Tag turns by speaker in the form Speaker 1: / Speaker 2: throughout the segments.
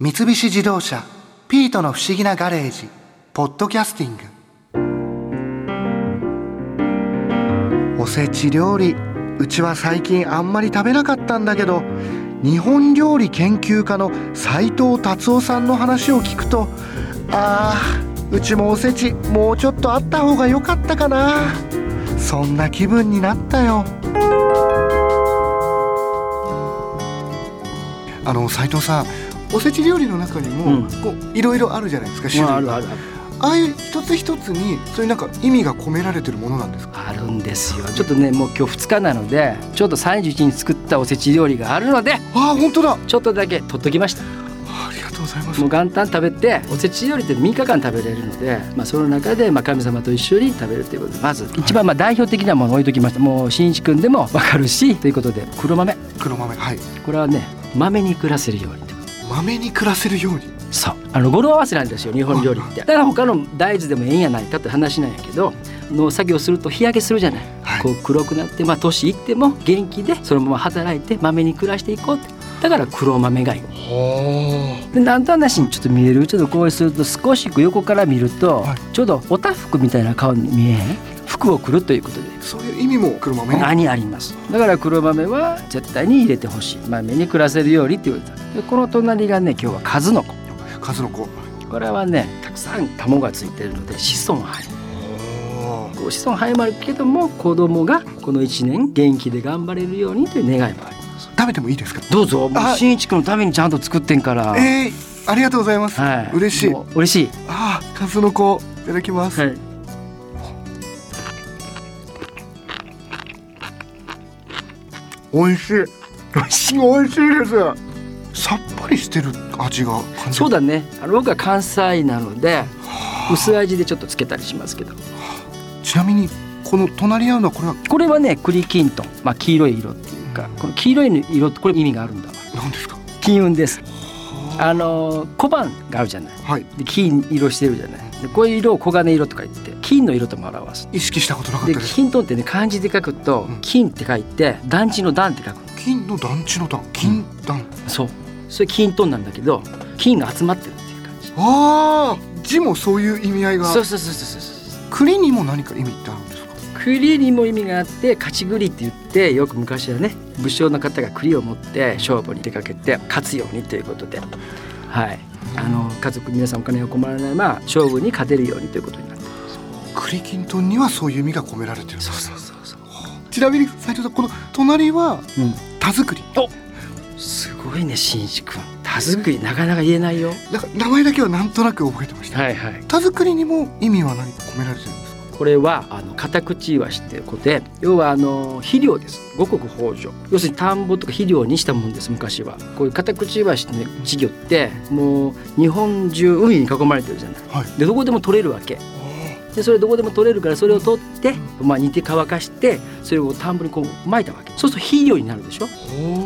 Speaker 1: 三菱自動車「ピートの不思議なガレージ」「ポッドキャスティング」おせち料理うちは最近あんまり食べなかったんだけど日本料理研究家の斉藤達夫さんの話を聞くとあーうちもおせちもうちょっとあった方が良かったかなそんな気分になったよ。あの斉藤さんおせち料理の中にも、
Speaker 2: うん
Speaker 1: こういろいろあるじゃないですか種
Speaker 2: まあ、あ
Speaker 1: 類が、
Speaker 2: るあ
Speaker 1: あ
Speaker 2: るある
Speaker 1: あいう一つ一つにそういうなんか意味が込められてるものなんですか
Speaker 2: あるんですよちょっとねもう今日2日なのでちょうど31に作ったおせち料理があるので
Speaker 1: ああ本当だ
Speaker 2: ちょっとだけ取っときました
Speaker 1: ありがとうございます
Speaker 2: もう元旦食べておせち料理って3日間食べれるので、まあ、その中でまあ神様と一緒に食べるということでまず一番まあ代表的なものを置いときましたもうしんいち君でも分かるしということで黒豆
Speaker 1: 黒豆はい
Speaker 2: これはね豆に暮らせるようにと
Speaker 1: 豆に暮らせるように
Speaker 2: そうあの語呂合わせなんですよ日本料理ってだから他の大豆でもええんやないかって話なんやけど農作業すると日焼けするじゃない、
Speaker 1: はい
Speaker 2: こう黒くなってまあ年いっても元気でそのまま働いて豆に暮らしていこうってだから黒豆がいい
Speaker 1: ほ
Speaker 2: でなんとなしにちょっと見えるちょっとこうすると少し横から見ると、
Speaker 1: はい
Speaker 2: ちょうどおたふくみたいな顔に見えへん服をくるということで
Speaker 1: うそういう意味も黒豆に
Speaker 2: 何ありますだから黒豆は絶対に入れてほしい豆に暮らせるようにっていうことでこの隣がね今日は数の子
Speaker 1: 数の子
Speaker 2: これはねたくさん卵がついてるので子孫繁栄
Speaker 1: ほ
Speaker 2: こう子孫繁栄もあるけども子供がこの1年元気で頑張れるようにという願いもあります
Speaker 1: 食べてもいいですか
Speaker 2: どうぞも
Speaker 1: あ
Speaker 2: う新一君のためにちゃんと作ってんから、
Speaker 1: えー、ありがとうございます、
Speaker 2: はい、
Speaker 1: 嬉しい
Speaker 2: もう嬉しい
Speaker 1: ああ数の子いただきます、
Speaker 2: はい。
Speaker 1: 美味しい美味しい美味しいですさっぱりしてる味が感じ
Speaker 2: そう
Speaker 1: だ
Speaker 2: だね。あの僕は関西なので、薄味でちょっとつけたりしますけど。
Speaker 1: ちなみにこの隣り合うのはこれは
Speaker 2: これはね、栗きんとん、まあ黄色い色っていうか、この黄色いの色ってこれ意味があるんだわ。
Speaker 1: 何ですか
Speaker 2: 金運です。あのー小判があるじゃない。
Speaker 1: はい
Speaker 2: で金色してるじゃない。でこういう色を黄金色とか言って、金の色とも表す。
Speaker 1: 意識したことなかっ
Speaker 2: で、
Speaker 1: たです
Speaker 2: 金とんってね、漢字で書くと
Speaker 1: うん、
Speaker 2: 金って書いて、団地の団って書くの。
Speaker 1: 金の団地の団金団、
Speaker 2: そう。それ金とんなんだけど、金が集まってるっていう感じ。
Speaker 1: ああ字もそういう意味合いが
Speaker 2: そうそうそうそうそうそう。
Speaker 1: 栗にも何か意味ってあるんですか
Speaker 2: 栗にも意味があって勝ち栗って言ってよく昔はね武将の方が栗を持って勝負に出かけて勝つようにということで、はい、あの家族皆さんお金を困らないまあ勝負に勝てるようにということになってます。
Speaker 1: 栗金とんにはそういう意味が込められてる
Speaker 2: そうそうそうそう。
Speaker 1: ちなみに斉藤さんこの隣は
Speaker 2: う
Speaker 1: 田作り
Speaker 2: ん、すごいね新一君。田作りなかなか言えないよ。
Speaker 1: なんか名前だけはなんとなく覚えてました、
Speaker 2: はいはい。
Speaker 1: 田作りにも意味は何か込められてるんですか
Speaker 2: これはあの片口イワシっていうことで要はあの肥料です五穀豊穣要するに田んぼとか肥料にしたもんです昔はこういう片口イワシの稚魚ってもう日本中海に囲まれてるじゃない、
Speaker 1: はい
Speaker 2: でどこでも取れるわけでそれどこでも取れるからそれを取って、まあ、煮て乾かしてそれを田んぼにこう撒いたわけそうすると肥料になるでしょ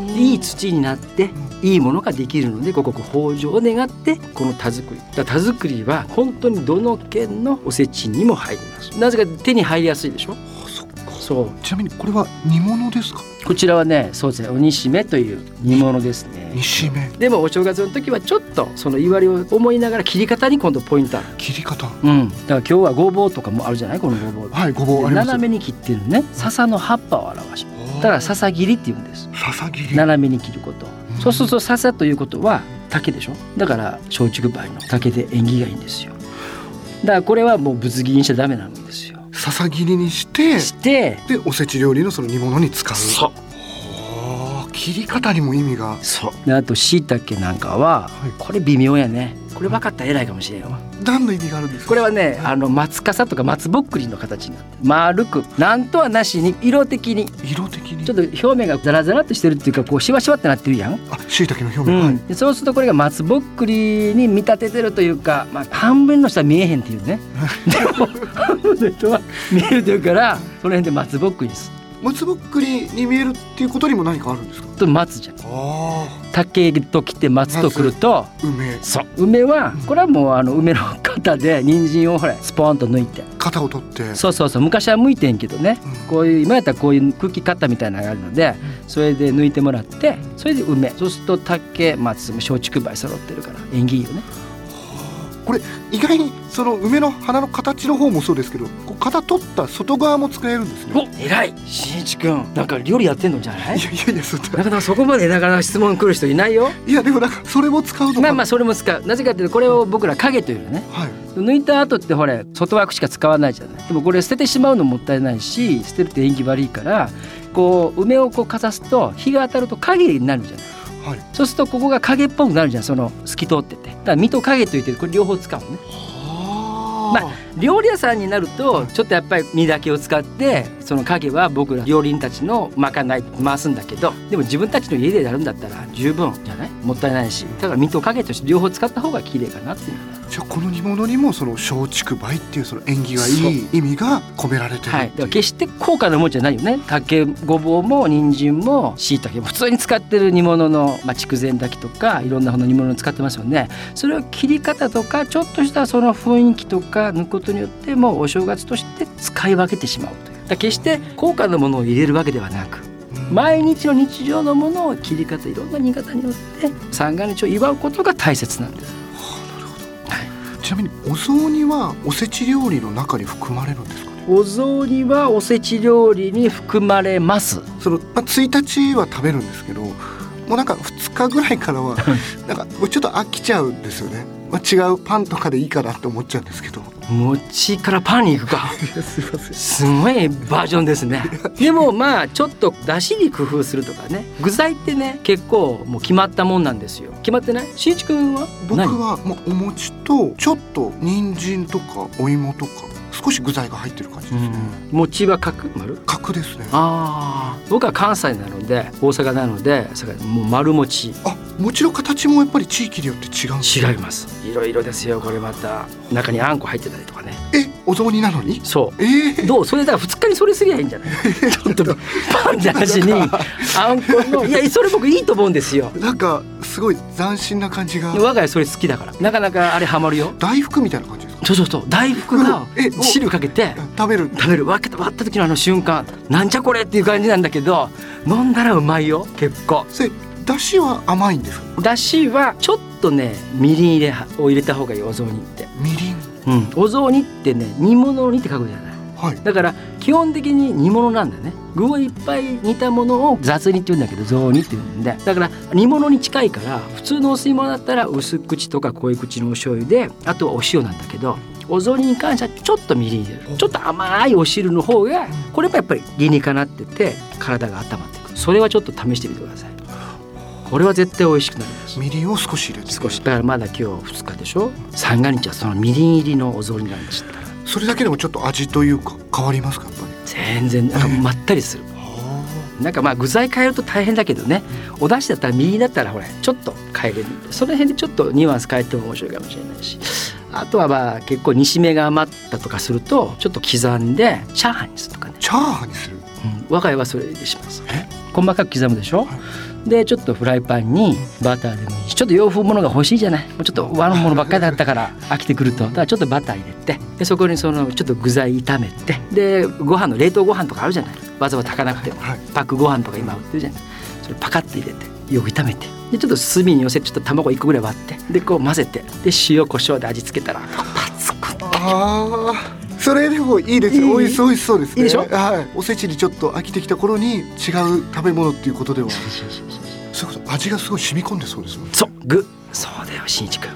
Speaker 2: でいい土になっていいものができるので五穀豊穣を願ってこの田作りだから田作りは本当にどの県のおせちにも入りますなぜか手に入りやすいでしょ
Speaker 1: あそっか
Speaker 2: そう
Speaker 1: ちなみにこれは煮物ですか
Speaker 2: こちらはねそうですね鬼しめという煮物です
Speaker 1: 煮
Speaker 2: ね
Speaker 1: しめ
Speaker 2: でもお正月の時はちょっとそのいわれを思いながら切り方に今度ポイントある
Speaker 1: 切り方
Speaker 2: うんだから今日はごぼうとかもあるじゃないこのごぼうで
Speaker 1: はいごぼうあります
Speaker 2: 斜めに切ってるね笹の葉っぱを表しますだから
Speaker 1: さ
Speaker 2: 笹切りって言うんです
Speaker 1: さ切り
Speaker 2: 斜めに切ること
Speaker 1: うん
Speaker 2: そうすると笹ということは竹でしょだから松竹梅の竹で縁起がいいんですよだからこれはもうぶつ切りにしちゃダメなんですよ
Speaker 1: ささ切りにして
Speaker 2: して
Speaker 1: でおせち料理のその煮物に使う
Speaker 2: そう
Speaker 1: あー切り方にも意味が
Speaker 2: そうであとしいたけなんかは、
Speaker 1: はい
Speaker 2: これ微妙やねこれ分かったら偉いかもしれんわ
Speaker 1: 何の意味があるんですか
Speaker 2: これはねあの松笠とか松ぼっくりの形になって丸くなんとはなしに色的に
Speaker 1: 色的に
Speaker 2: ちょっと表面がザラザラっとしてるっていうかこうシワシワってなってるやん
Speaker 1: あ椎茸の表
Speaker 2: う
Speaker 1: 面、はい
Speaker 2: ん、でそうするとこれが松ぼっくりに見立ててるというか、まあ、半分の人は見えへんっていうねでも半分の人は見えるというからその辺で松ぼっくりです
Speaker 1: ムツブックリに見えるっていうことにも何かあるんですか
Speaker 2: と松じゃん
Speaker 1: ああ
Speaker 2: 竹と来て松と来ると
Speaker 1: 梅
Speaker 2: そう梅はこれはもうあの梅の型で人参をほらスポーンと抜いて
Speaker 1: 肩を取って
Speaker 2: そうそうそう昔は剥いてんけどね
Speaker 1: うん
Speaker 2: こういう今やったらこういう茎型みたいなのがあるのでそれで抜いてもらってそれで梅そうすると竹松松竹梅揃ってるから縁起いいよね
Speaker 1: 意外にその梅の花の形の方もそうですけどこう肩取った外側も使えるんですね
Speaker 2: お偉いしんいちくんなんか料理やってんのじゃないい
Speaker 1: やいやいやそんな
Speaker 2: なかなかそこまでなかなか質問来る人いないよ
Speaker 1: いやでもなんかそれも使うのか
Speaker 2: ま
Speaker 1: な
Speaker 2: あまあそれも使うなぜかっていうとこれを僕ら影というのね
Speaker 1: はい
Speaker 2: 抜いた後ってほら外枠しか使わないじゃないでもこれ捨ててしまうのもったいないし捨てるって縁起悪いからこう梅をこうかざすと日が当たると影になるじゃない
Speaker 1: はい
Speaker 2: そうするとここが影っぽくなるじゃんその透き通っててだから身と影といってこれ両方使うのね
Speaker 1: あ
Speaker 2: ま料理屋さんになるとちょっとやっぱり身だけを使ってその影は僕ら料理人たちのまかない回すんだけどでも自分たちの家でやるんだったら十分じゃないもったいないしだから身と影として両方使った方が綺麗かなっていう
Speaker 1: じゃあこの煮物にもその松竹梅っていうその縁起がいい意味が込められてる
Speaker 2: はい、
Speaker 1: っ
Speaker 2: だ
Speaker 1: て
Speaker 2: か
Speaker 1: い
Speaker 2: ら
Speaker 1: う
Speaker 2: 決して高価なもんじゃないよね竹ごぼうも人参もしいたけも普通に使ってる煮物の、まあ、筑前炊きとかいろんなの煮物に使ってますよねそれを切り方とかちょっとしたその雰囲気とか抜くことによってもうお正月として使い分けてしまうというだから決して高価なものを入れるわけではなく
Speaker 1: うん
Speaker 2: 毎日の日常のものを切り方いろんな煮方によって三が日を祝うことが大切なんです。
Speaker 1: ちなみにお雑煮はおせち料理の中に含まれるんですかね
Speaker 2: お雑煮はおせち料理に含まれます。
Speaker 1: その、まあ、1日は食べるんですけどもうなんか2日ぐらいからはなんかもうちょっと飽きちゃうんですよね、まあ、違うパンとかでいいかなって思っちゃうんですけど
Speaker 2: 餅からパンに行くか。
Speaker 1: いやすいません
Speaker 2: すごいバージョンです ね。でもまあちょっと出汁に工夫するとかね。具材ってね結構もう決まったもんなんですよ。決まってない？しんいちくんは？
Speaker 1: 僕
Speaker 2: 何
Speaker 1: は、まあ、お餅とちょっと人参とかお芋とか少し具材が入ってる感じですね、
Speaker 2: 餅は角丸？
Speaker 1: 角ですねあ
Speaker 2: ああ。僕は関西なので大阪なのでそれからもう丸餅
Speaker 1: 餅の形もやっぱり地域によって違うんですね
Speaker 2: 違います。いろいろですよこれまた中にあんこ入ってたりとかね。
Speaker 1: えお雑煮なのに
Speaker 2: そう。
Speaker 1: えー、
Speaker 2: どうそれだから2日にそれすりゃいいんじゃない ちょっとパンって話 にあんこのいやそれ僕いいと思うんですよ
Speaker 1: なんかすごい斬新な感じが
Speaker 2: 我が家それ好きだからなかなかあれハマるよ
Speaker 1: 大福みたいな感じですか
Speaker 2: そうそうそう大福が
Speaker 1: えお
Speaker 2: 汁かけて
Speaker 1: 食べる
Speaker 2: 食べる割った割った時のあの瞬間なんじゃこれっていう感じなんだけど飲んだらうまいよ結構
Speaker 1: それだしは甘いんですか
Speaker 2: だしはちょっとねみりん入れはを入れた方がいいお雑煮って、
Speaker 1: みりん
Speaker 2: うん、お雑煮ってね煮物にって書くじゃない
Speaker 1: はい
Speaker 2: だから基本的に煮物なんだよね具をいっぱい煮たものを雑煮って言うんだけど雑煮って言うんでだから煮物に近いから普通のお吸い物だったら薄口とか濃い口のお醤油であとはお塩なんだけどお雑煮に関してはちょっとみりん入れるちょっと甘いお汁の方がこれもやっぱり理にかなってて体が温まってくるそれはちょっと試してみてくださいこれは絶対美味しくなります
Speaker 1: みりんを少し入れて
Speaker 2: 少しだからまだ今日2日でしょ三が日はそのみりん入りのお雑煮なんですって
Speaker 1: それだけでもちょっと味というか変わりますかやっぱり
Speaker 2: 全然なんかまったりするなんかまあ具材変えると大変だけどねお出汁だったら右だったらほらちょっと変えれるその辺でちょっとニュアンス変えても面白いかもしれないしあとはまあ結構煮しめが余ったとかするとちょっと刻んでチャーハンにするとかね、
Speaker 1: チャーハンにする
Speaker 2: うん、我が家はそれでします細かく刻むでしょ、
Speaker 1: は
Speaker 2: でちょっとフライパンにバターでもいいしちょっと洋風ものが欲しいじゃないもうちょっと和のものばっかりだったから飽きてくるとだからちょっとバター入れてでそこにそのちょっと具材炒めてでご飯の冷凍ご飯とかあるじゃないわざわざ炊かなくても、
Speaker 1: はい
Speaker 2: パックご飯とか今売ってるじゃないそれパカッと入れてよく炒めてでちょっと炭に寄せてちょっと卵1個ぐらい割ってでこう混ぜてで塩コショウで味付けたら
Speaker 1: あーそれでもいいです
Speaker 2: いい
Speaker 1: よ美味しそう美味しそうですね
Speaker 2: いいでしょ
Speaker 1: はいおせちにちょっと飽きてきた頃に違う食べ物っていう ことではそういうこと味がすごい染み込んでそうですもん
Speaker 2: そう具そうだよしんいちくん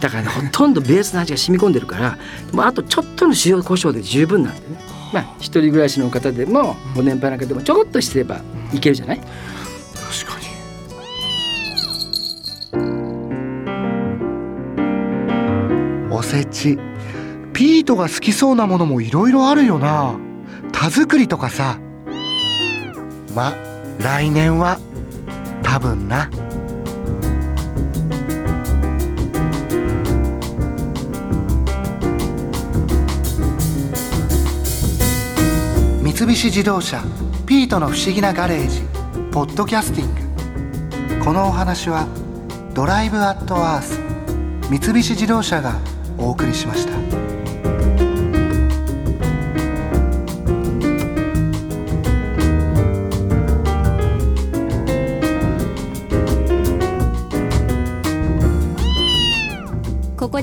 Speaker 2: だからねほとんどベースの味が染み込んでるからもうあとちょっとの塩コショウで十分なんでねまあ一人暮らしの方でもご年配の方でもちょこっとしてればいけるじゃない
Speaker 1: 確かにおせちピートが好きそうなものもいろいろあるよな田作りとかさま来年は多分な三菱自動車「ピートの不思議なガレージポッドキャスティングこのお話はドライブアットアース三菱自動車がお送りしました。
Speaker 3: ここ